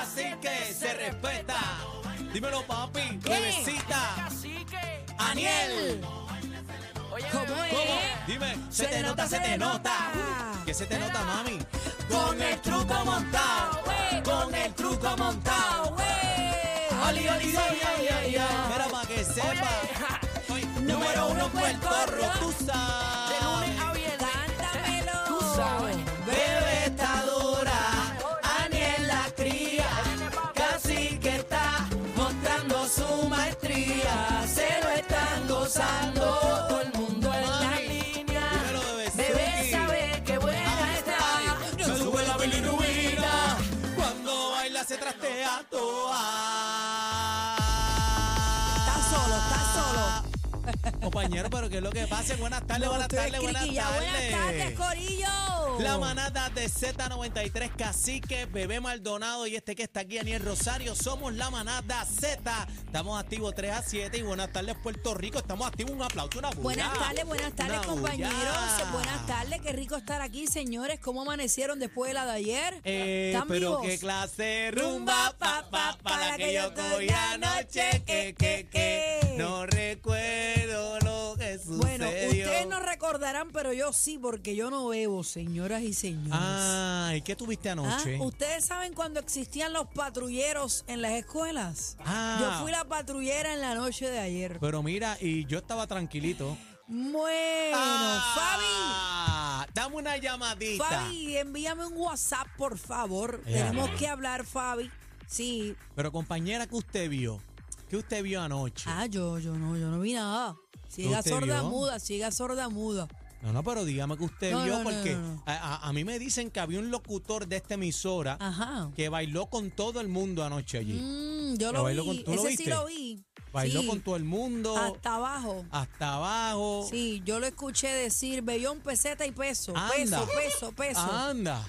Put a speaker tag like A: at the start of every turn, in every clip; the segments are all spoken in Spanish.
A: Así que se respeta. Dímelo, papi. Bebecita. Aniel.
B: Oye,
C: ¿Cómo
B: bebé,
C: es?
A: ¿Cómo? Dime. Se te nota, se te nota. ¿Qué se te nota, mami? Con el truco montado. Con el truco montado. eh. Oli, oli, oli, oli, oli, oli. Mira, para que sepa. Soy número uno en Puerto Rico, tú
B: de lunes a
A: sabes.
B: viernes.
C: Cántamelo.
B: Tú sabes.
A: Bebé está dura, Aniel la cría, casi que está mostrando su maestría. Se lo están gozando, todo el mundo en la línea.
B: Bebé sabe que buena está.
A: Se sube la bilirrubina, cuando baila se trastea toa.
C: Está solo, está solo.
A: Compañero, pero ¿qué es lo que pasa? Buenas tardes, buenas
C: Tú eres
A: tardes, buenas
C: criquilla.
A: tardes.
C: Buenas tardes, Corillo.
A: La manada de Z93, Cacique, Bebé Maldonado y este que está aquí, Daniel Rosario. Somos la manada Z. Estamos activos 3 a 7 y buenas tardes, Puerto Rico. Estamos activos, un aplauso, una bulla.
C: Buenas tardes, buenas tardes,
A: Una
C: compañeros.
A: bulla.
C: Buenas tardes, qué rico estar aquí, señores. ¿Cómo amanecieron después de la de ayer?
A: Eh,
C: ¿Están
A: pero
C: vivos?
A: qué clase de rumba, pa, pa, para la que yo cogí anoche, que, que, que, no recuerdo lo que sucedió.
C: Bueno, ustedes no recordarán, pero yo sí, porque yo no bebo, señoras y señores.
A: Ay, ¿qué tuviste
C: Ah,
A: anoche?
C: ¿Ustedes saben cuando existían los patrulleros en las escuelas?
A: Ah.
C: Yo fui la patrullera en la noche de ayer.
A: Pero mira, y yo estaba tranquilito.
C: Bueno,
A: Ah, Dame una
C: Fabi,
A: llamadita.
C: Fabi, envíame un WhatsApp, por favor.
A: Ya.
C: Tenemos que hablar, Fabi. Sí.
A: Pero compañera, ¿qué usted vio? ¿Qué usted vio anoche?
C: Ah, yo, yo no, yo no vi nada.
A: ¿No
C: Siga
A: te
C: sorda
A: vio?
C: muda, siga sorda muda.
A: No, no, pero dígame que usted
C: No,
A: vio
C: no, no,
A: porque
C: no, no.
A: A, a- a mí me dicen que había un locutor de esta emisora
C: Ajá.
A: que bailó con todo el mundo anoche allí.
C: Ah. Mm, yo
A: Lo
C: lo vi.
A: bailó con- ¿tú lo
C: Ese sí
A: viste?
C: lo vi.
A: Bailó
C: Sí,
A: con todo Ah. el mundo, hasta,
C: Hasta abajo.
A: abajo.
C: Sí, yo lo escuché decir bellón, peseta y peso.
A: Anda. Ah.
C: Peso, peso, peso.
A: Anda.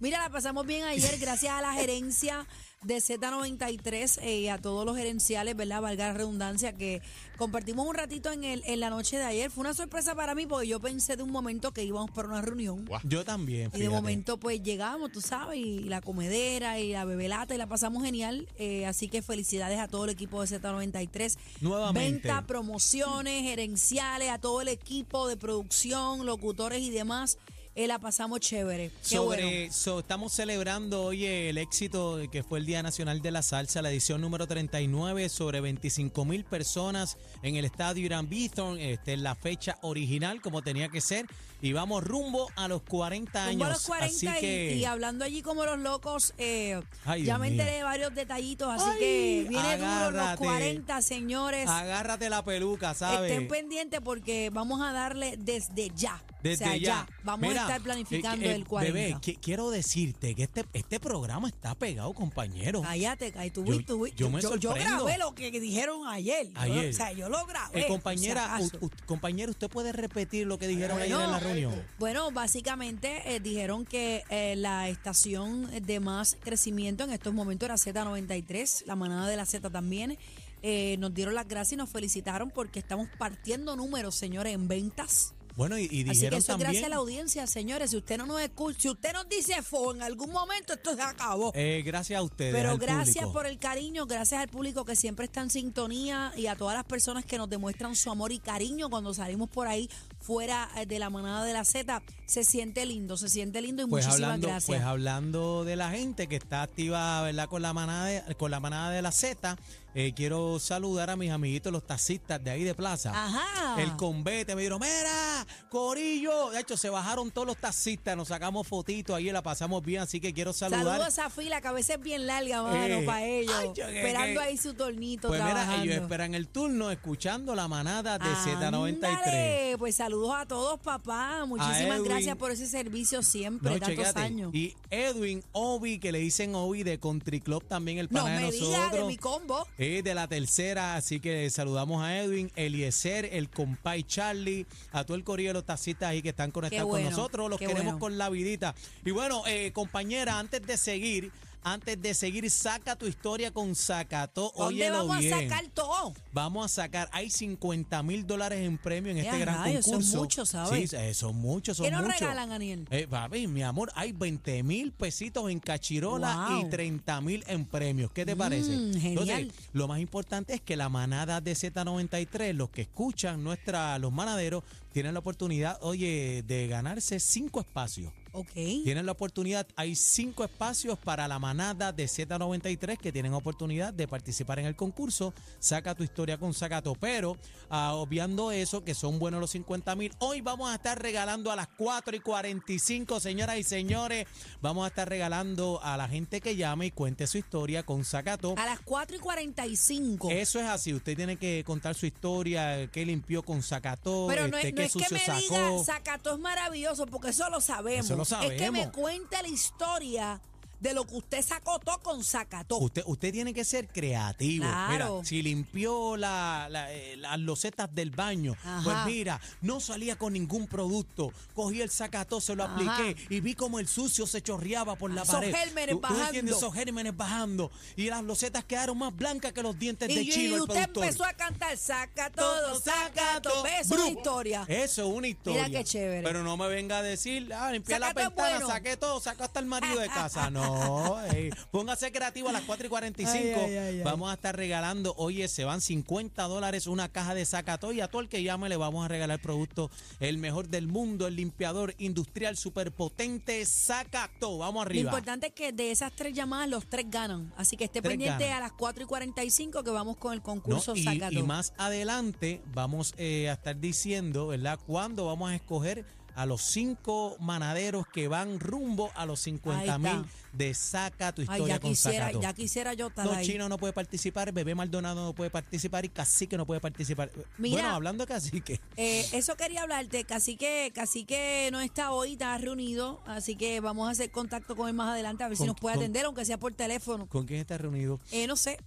C: Mira, la pasamos bien ayer gracias a la gerencia de Z93 eh, y a todos los gerenciales, ¿verdad? Valga la redundancia, que compartimos un ratito en, el, en la noche de ayer. Fue una sorpresa para mí porque yo pensé de un momento que íbamos para una reunión.
A: Yo también.
C: Y de
A: fíjate.
C: momento pues llegamos, tú sabes, y la comedera y la bebelata y la pasamos genial. Eh, así que felicidades a todo el equipo de Z93.
A: Nuevamente.
C: Venta, promociones, gerenciales, a todo el equipo de producción, locutores y demás. Eh, la pasamos chévere. Qué
A: Sobre,
C: bueno.
A: so- estamos celebrando hoy el éxito de que fue el Día Nacional de la Salsa, la edición número 39, sobre 25 mil personas en el estadio Irán Bithorn. Esta es la fecha original, como tenía que ser. Y vamos rumbo a los 40 años.
C: Rumbo a los 40
A: así
C: y-
A: que,
C: y, hablando allí como los locos, eh,
A: Ay,
C: ya
A: Dios
C: me
A: mío.
C: enteré de varios detallitos, así que viene duro los
A: agárrate. Ah,
C: 40, señores.
A: agárrate la peluca, ¿sabes?
C: Estén pendientes porque vamos a darle desde ya.
A: Desde
C: o sea,
A: ya.
C: Vamos
A: Mira,
C: a estar planificando
A: eh, eh,
C: el 40.
A: Bebé, qui- quiero decirte que este, este programa está pegado, compañero.
C: Cállate, cállate. Tú,
A: Yo-
C: vi- tú vi-
A: yo me sorprendo.
C: grabé lo que dijeron ayer. Yo-
A: Ayer.
C: o sea, yo lo grabé.
A: Eh,
C: por
A: compañera,
C: si
A: u-
C: acaso.
A: u- compañero, ¿usted puede repetir lo que dijeron ayer
C: Bueno,
A: en la reunión?
C: Bueno, básicamente eh, dijeron que eh, la estación de más crecimiento en estos momentos era Z93, la manada de la Z también. Eh, nos dieron las gracias y nos felicitaron porque estamos partiendo números, señores, en ventas.
A: Bueno, y, y
C: Así que
A: dijeron
C: eso es
A: también.
C: gracias a la audiencia, señores. Si usted no nos escucha, si usted nos dice fo en algún momento, esto se acabó.
A: eh, gracias a ustedes.
C: Pero
A: al
C: gracias
A: público.
C: por el cariño, gracias al público que siempre está en sintonía y a todas las personas que nos demuestran su amor y cariño cuando salimos por ahí fuera eh, de la manada de la Z. Se siente lindo, se siente lindo y
A: Pues
C: muchísimas
A: hablando,
C: gracias.
A: pues hablando de la gente que está activa, ¿verdad? Con la manada de, con la manada de la Z, eh, quiero saludar a mis amiguitos, los taxistas de ahí de plaza.
C: Ajá.
A: El convete me dijeron, mira, Corillo. De hecho, se bajaron todos los taxistas, nos sacamos fotitos ahí, la pasamos bien, así que quiero saludar.
C: Saludos a Fila, que a veces es bien larga, mano,
A: Eh,
C: para ellos.
A: ay, yo que-
C: esperando
A: que-
C: ahí su tornito
A: Pues mira,
C: trabajando.
A: ellos esperan el turno escuchando la manada de Z93.
C: Ándale, Pues saludos a todos, papá. Muchísimas
A: Edwin.
C: gracias por ese servicio siempre,
A: No,
C: tantos
A: chécate.
C: años.
A: Y Edwin Obi, que le dicen Obi de Country Club también, el
C: no
A: pana
C: me
A: de
C: digas de
A: nosotros.
C: mi combo.
A: Es de la tercera, así que saludamos a Edwin, Eliezer, el compay Charlie, a todo el corillo de los taxistas ahí que están conectados
C: bueno,
A: con nosotros, los
C: qué
A: queremos
C: bueno.
A: con la vidita. Y bueno, eh, compañera, antes de seguir, Antes de seguir, saca tu historia con Sacató.
C: ¿Dónde
A: Óyelo
C: vamos
A: bien.
C: a sacar todo?
A: Vamos a sacar, hay 50 mil dólares en premio en
C: Eh,
A: este gran
C: rayos, son
A: concurso.
C: muchos, ¿sabes?
A: Sí, eh, son muchos, son
C: ¿Qué nos
A: muchos.
C: regalan, Aniel?
A: Eh, papi, mi amor, hay 20 mil pesitos en cachirola
C: Wow. Mm,
A: y 30 mil en premios. ¿Qué te parece?
C: genial.
A: lo más importante es que la manada de Z93, los que escuchan nuestra, los manaderos, tienen la oportunidad, oye, de ganarse cinco espacios.
C: Ok.
A: Tienen la oportunidad, hay cinco espacios para la manada de Z93 que tienen oportunidad de participar en el concurso. Saca tu historia con Sacato, pero ah, obviando eso, que son buenos los 50 mil, hoy vamos a estar regalando a las 4 y 45, señoras y señores, vamos a estar regalando a la gente que llame y cuente su historia con Sacato.
C: A las 4 y 45.
A: Eso es así, usted tiene que contar su historia, qué limpió con Zacató,
C: Pero no
A: este,
C: es, no
A: qué
C: es que
A: sucio
C: me
A: sacó.
C: diga, Zacató es maravilloso, porque eso lo sabemos.
A: Eso lo
C: Es que me
A: sabemos.
C: cuente la historia de lo que usted sacó todo con Zacató.
A: Usted, usted tiene que ser creativo.
C: Claro.
A: Mira, si limpió la- la, eh, las losetas del baño,
C: Ajá.
A: pues mira, no salía con ningún producto. Cogí el sacató, se lo
C: Ajá. Ah,
A: apliqué y vi como el sucio se chorreaba por la
C: Esos
A: pared.
C: gérmenes
A: ¿Tú- tú entiendes?
C: bajando.
A: Esos gérmenes bajando. Y las losetas quedaron más blancas que los dientes de
C: Y, y
A: chino. el
C: usted
A: productor.
C: empezó a cantar, saca todo, saca todo. Eso es
A: Bru.
C: una historia.
A: Eso es una historia.
C: qué chévere.
A: Pero no me venga a decir, ah, limpié la
C: Saca todo
A: ventana,
C: bueno.
A: saqué todo, saca hasta el marido de casa. No, ey. póngase creativo a las 4 y 45.
C: Ay, ay, ay, ay.
A: Vamos a estar regalando, oye, se van 50 dólares una caja de sacató y a todo el que llame le vamos a regalar producto, el mejor del mundo, el limpiador industrial superpotente, sacató. Vamos
C: Lo
A: arriba.
C: importante es que de esas tres llamadas, los tres ganan. Así que esté
A: Tres
C: pendiente
A: ganan.
C: a las 4 y 45 que vamos con el
A: ¿no?
C: concurso
A: Y,
C: Saca
A: y
C: Todo.
A: más adelante vamos eh, a estar diciendo, ¿verdad? Cuándo vamos a escoger a los cinco manaderos que van rumbo a los 50 mil
C: está.
A: de Saca tu
C: Ay,
A: historia
C: ya
A: con
C: quisiera,
A: Sacato.
C: ya quisiera yo estar
A: No,
C: ahí.
A: Chino no puede participar, Bebé Maldonado no puede participar y Cacique no puede participar.
C: Mira.
A: bueno, hablando de Cacique,
C: Eh, eso quería hablarte, Cacique, Cacique no está hoy, está reunido, así que vamos a hacer contacto con él más adelante a ver si
A: Con-
C: nos puede
A: con-
C: atender, aunque sea por teléfono.
A: ¿con quién está reunido?
C: Eh, no sé.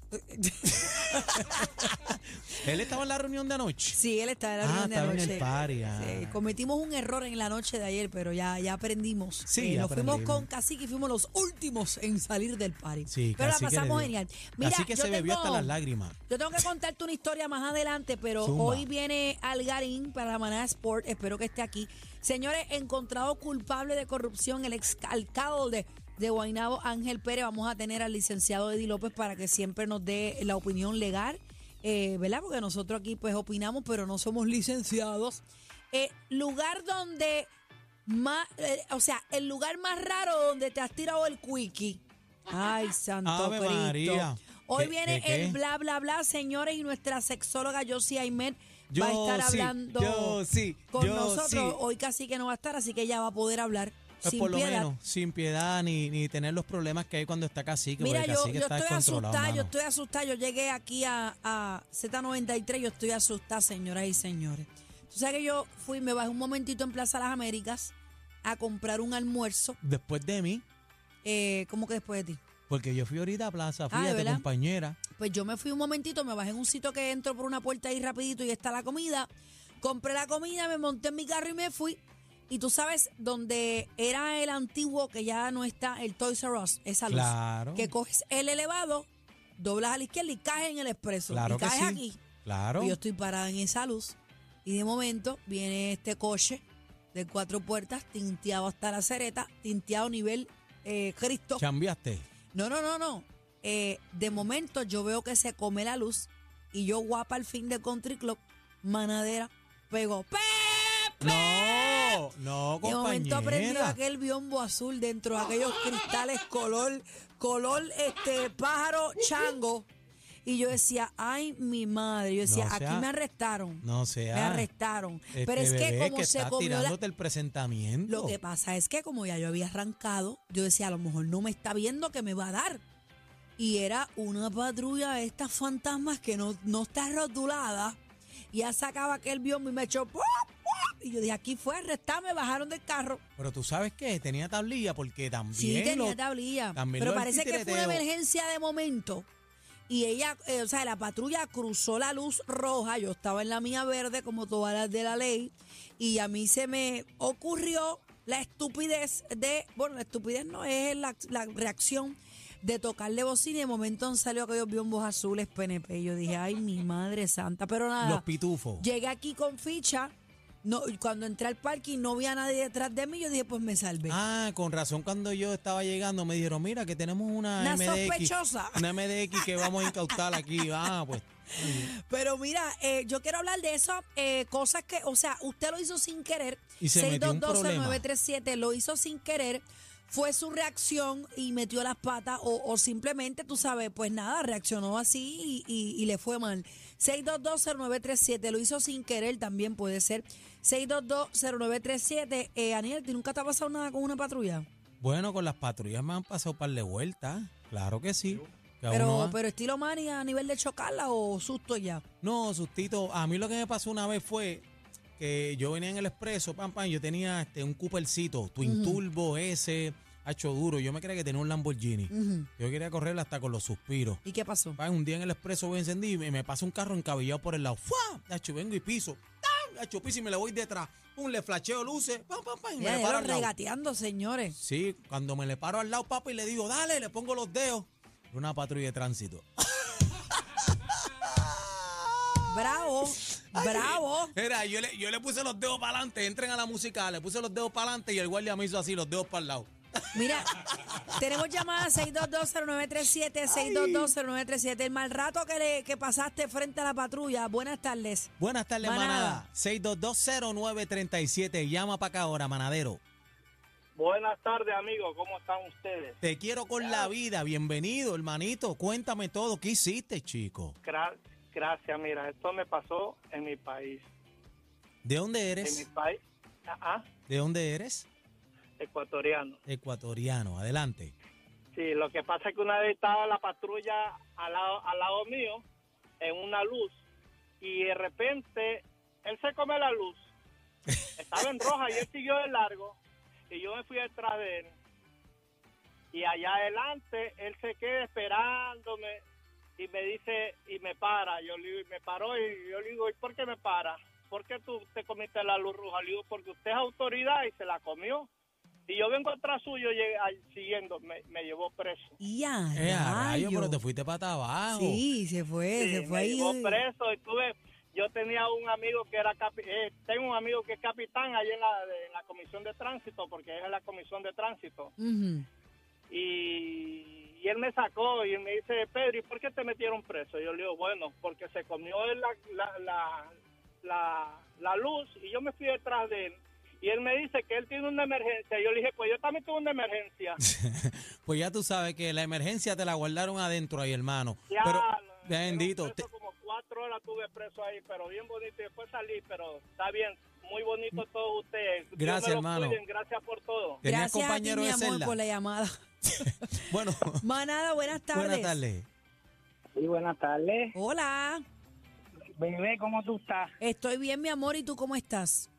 A: Él estaba en la reunión de anoche.
C: Sí, él está en la
A: Ah,
C: reunión de
A: estaba en
C: anoche.
A: el party, ah.
C: Sí, cometimos un error en la noche de ayer, pero ya, ya aprendimos. Eh,
A: Sí, ya
C: nos fuimos
A: aprendimos.
C: con Cacique y fuimos los últimos en salir del party.
A: Sí,
C: pero la
A: Cacique le
C: pasamos
A: dio.
C: genial.
A: Cacique
C: yo
A: se bebió hasta
C: tengo-
A: las lágrimas.
C: Yo tengo que contarte una historia más adelante, pero
A: Zumba.
C: hoy viene Algarín para la Manada Sport. Espero que esté aquí. Señores, encontrado culpable de corrupción, el ex alcalde de Guainabo, Ángel Pérez. Vamos a tener al licenciado Eddie López para que siempre nos dé la opinión legal, eh, ¿verdad? Porque nosotros aquí pues opinamos, pero no somos licenciados. Eh, lugar donde más, eh, o sea, el lugar más raro donde te has tirado el quickie. Ay, santo
A: Ave
C: Cristo.
A: María.
C: Hoy
A: ¿Qué-
C: viene
A: qué- qué?
C: el bla bla bla, señores, y nuestra sexóloga Josie Aimet va a
A: Yo
C: estar
A: sí,
C: hablando
A: yo sí,
C: con
A: yo
C: nosotros.
A: sí.
C: Hoy casi que no va a estar, así que ella va a poder hablar
A: Pues
C: sin
A: por lo
C: piedad.
A: menos, sin piedad ni, ni tener los problemas que hay cuando está Cacique.
C: Mira,
A: porque
C: yo,
A: Cacique
C: yo
A: está
C: estoy
A: descontrolado,
C: asustada, yo
A: mano.
C: estoy asustada. Yo llegué aquí a, a Z93, yo estoy asustada, señoras y señores. Tú sabes que yo fui, me bajé un momentito en Plaza Las Américas a comprar un almuerzo,
A: Después de mí,
C: eh, como que después de ti.
A: Porque yo fui ahorita a Plaza,
C: Ah, ¿de
A: fíjate,
C: verdad?
A: compañera.
C: Pues yo me fui un momentito, me bajé en un sitio que entro por una puerta ahí rapidito y está la comida. Compré la comida, me monté en mi carro y me fui. Y tú sabes, donde era el antiguo, que ya no está, el Toys R Us, esa luz.
A: Claro.
C: Que coges el elevado, doblas a la izquierda y caes en el expreso.
A: Claro
C: y
A: que
C: caes
A: sí.
C: aquí.
A: Claro.
C: Y yo estoy parada en esa luz. Y de momento viene este coche de cuatro puertas, tinteado hasta la cereta, tinteado nivel eh, Cristo.
A: Chambiaste.
C: No, no, no, no. Eh, de momento yo veo que se come la luz y yo guapa al fin de Country Club, manadera, pego. ¡Pepe!
A: No, no,
C: Pues, De momento aprendió
A: compañera.
C: aquel biombo azul dentro de aquellos cristales color, color este pájaro chango. Y yo decía, ay, mi madre. Yo decía,
A: No
C: aquí
A: sea-
C: me arrestaron.
A: No
C: me
A: sea.
C: arrestaron.
A: este
C: Pero es que
A: bebé
C: como se
A: está
C: comió la,
A: tirándote el presentamiento.
C: lo que pasa es que como ya yo había arrancado, yo decía, a lo mejor no me está viendo que me va a dar. Y era una patrulla de estas fantasmas que no, no está rotulada. Y ya sacaba aquel biombo y me echó... ¡pua, pua! Y yo dije, aquí fue, arrestarme, bajaron del carro.
A: Pero tú sabes que tenía tablilla porque también.
C: Sí, tenía
A: lo-
C: tablilla.
A: también lo
C: Pero
A: del
C: parece que fue una
A: titiriteo.
C: emergencia de momento. Y ella, eh, o sea, la patrulla cruzó la luz roja. Yo estaba en la mía verde, como todas las de la ley. Y a mí se me ocurrió la estupidez de, bueno, la estupidez no es la, la reacción de tocarle bocina y de momento salió aquellos biombos azules PNP. Yo dije, ay, mi madre santa, pero nada.
A: Los pitufos.
C: Llegué aquí con ficha. No, cuando entré al parque y no vi a nadie detrás de mí, yo dije, pues me salvé.
A: Ah, con razón cuando yo estaba llegando me dijeron, mira que tenemos una,
C: Una
A: MDX.
C: sospechosa.
A: Una MDX que vamos a incautar aquí. Ah, pues.
C: Pero mira, eh, yo quiero hablar de esas eh, cosas que, o sea, usted lo hizo sin querer.
A: Y se metió un
C: 622-937, lo hizo sin querer. Fue su reacción y metió las patas o, o simplemente, tú sabes, pues nada, reaccionó así y, y- y le fue mal. 6220937, lo hizo sin querer también puede ser. 6220937, eh, Aniel, ¿tú nunca te ha pasado nada con una patrulla?
A: Bueno, con las patrullas me han pasado un par de vueltas. Claro que sí. Que a uno
C: Pero, pues-
A: va.
C: pero estilo mania a nivel de chocarla o susto ya.
A: No, sustito. A mí lo que me pasó una vez fue que yo venía en el expreso, pam, pam, yo tenía este, un Coopercito, Twin Turbo ese, hacho duro. Yo me creía que tenía un Lamborghini.
C: Ujú.
A: Yo quería correr hasta con los suspiros.
C: ¿Y qué pasó?
A: Pa, un día en el expreso voy encendido y me pasa un carro encabillado por el lado. ¡Fua! Hacho, vengo y piso. ¡Tam! Hacho, piso y me le voy detrás. Un le flasheo luces. ¡Pam, pam, pam! Y me
C: Ya,
A: le
C: ya
A: paro
C: lo
A: al lado.
C: regateando, señores.
A: Sí, cuando me le paro al lado, papá, y le digo, dale, le pongo los dedos. Era Una patrulla de tránsito.
C: Bravo, bravo.
A: Era, yo le, yo le puse los dedos para adelante, entren a la música, le puse los dedos para adelante y el guardia me hizo así, los dedos para el lado.
C: Mira, tenemos llamada 6220937, 6220937. El mal rato que, le, que pasaste frente a la patrulla. Buenas tardes.
A: Buenas tardes, manada.
C: Manada.
A: 6220937, llama para acá ahora, manadero.
D: Buenas tardes, amigos. ¿Cómo están ustedes?
A: Te quiero con la vida, bienvenido, hermanito. Cuéntame todo, ¿qué hiciste, chico?
D: Gra- Gracias. Mira, esto me pasó en mi país.
A: ¿De dónde
D: En mi
A: eres?
D: país, ah, ah,
A: ¿De dónde eres?
D: ecuatoriano.
A: Ecuatoriano, adelante.
D: Sí, lo que pasa es que una vez estaba la patrulla al lado, al lado mío, en una luz, y de repente él se come la luz. Estaba en roja y él siguió de largo, y yo me fui detrás de él. Y allá adelante él se queda esperándome y me dice, y me para. Yo le digo, y me paró y yo le digo, ¿y por qué me para? ¿Por qué tú te comiste la luz roja? Le digo, porque usted es autoridad y se la comió. Y yo vengo atrás suyo lleg- al- siguiendo, me, me llevó preso.
C: Y a
A: Eh, a rayo,
C: rayo.
A: pero te fuiste para abajo.
C: Sí, se fue,
D: Sí,
C: Eh, se fue
D: me
C: ahí.
D: llevó preso y tuve, yo tenía un amigo que era, capi- eh, tengo un amigo que es capitán ahí en la, de- en la comisión de tránsito, porque es en la comisión de tránsito.
C: Ujú.
D: Y, y él me sacó y me dice, Pedro, ¿y por qué te metieron preso? Yo le digo, bueno, porque se comió él la, la, la, la- la luz y yo me fui detrás de él. Y él me dice que él tiene una emergencia. Yo le dije, pues yo también tuve una emergencia.
A: Pues ya tú sabes que la emergencia te la guardaron adentro ahí, hermano.
D: Ya,
A: pero,
D: lo-
A: bendito,
D: fueron preso como cuatro horas tuve preso ahí, pero bien bonito. Y después salí, pero está bien. Muy bonito todos ustedes. Dios
A: Mm. Gracias,
D: me los
A: hermano.
D: cuiden, Gracias por todo.
A: Tenía
C: Gracias a ti,
A: compañero
C: mi
A: de
C: amor,
A: celda.
C: por la llamada.
A: te- bueno,
C: Manada, buenas tardes.
A: buenas tardes.
E: Sí, buenas tardes.
C: Hola,
E: Bebé, ¿cómo tú estás?
C: estoy bien, mi amor, ¿y tú cómo estás?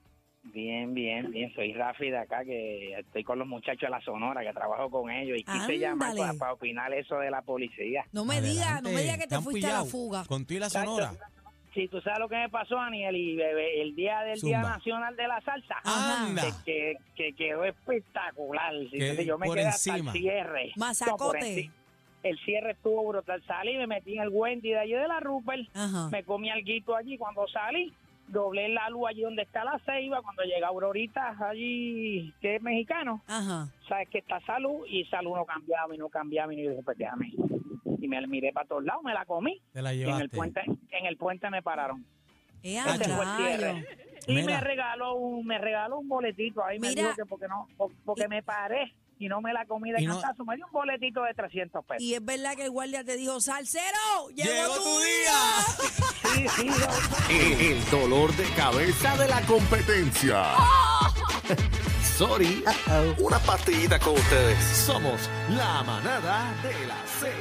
E: Bien, bien, bien. Soy Rafi de acá, que estoy con los muchachos de la Sonora, que trabajo con ellos. Y quise
C: Ándale.
E: llamar para, para opinar eso de la policía.
C: No me digas, no
A: Adelante,
C: me digas que te
A: están
C: fuiste a
A: pillados.
C: la fuga.
A: Con tú y la sonora.
E: Si tú sabes lo que me pasó, Aniel, y bebé, el día del Día
A: Zumba.
E: Nacional de la Salsa,
C: Ajá.
A: Anda.
E: que, que quedó espectacular. Sí,
A: Que
E: yo me
A: por
E: quedé
A: encima.
E: hasta el cierre. No, por
C: Mazacote.
E: enci- el cierre estuvo brutal. Salí, me metí en el Wendy de allí de la Rupert.
C: Ajá.
E: me comí alguito allí cuando salí doblé la luz allí donde está la ceiba cuando llega Aurorita allí que es mexicano
C: Ajá.
E: sabes que está salud y salud no cambiaba y no cambiaba y yo dije pues déjame y me miré para todos lados me la comí
A: Te la
E: Y en el
A: llevaste.
E: puente en el puente me pararon
C: Eh,
A: Ah,
C: a
E: Ese fue el
C: rayo.
E: cierre. y
A: Mira.
E: me regaló un me regaló un boletito ahí me
C: Mira.
E: dijo que porque no por- porque me paré y no me la comí de
A: Y no-
E: cantazo me dio un boletito de 300 pesos
C: Y es verdad que el guardia te dijo, salsero, llegó,
A: Llegó tu día.
E: sí sí yo-
F: El dolor de cabeza de la competencia. Sorry. Una partidita con ustedes. Somos la manada de la Z.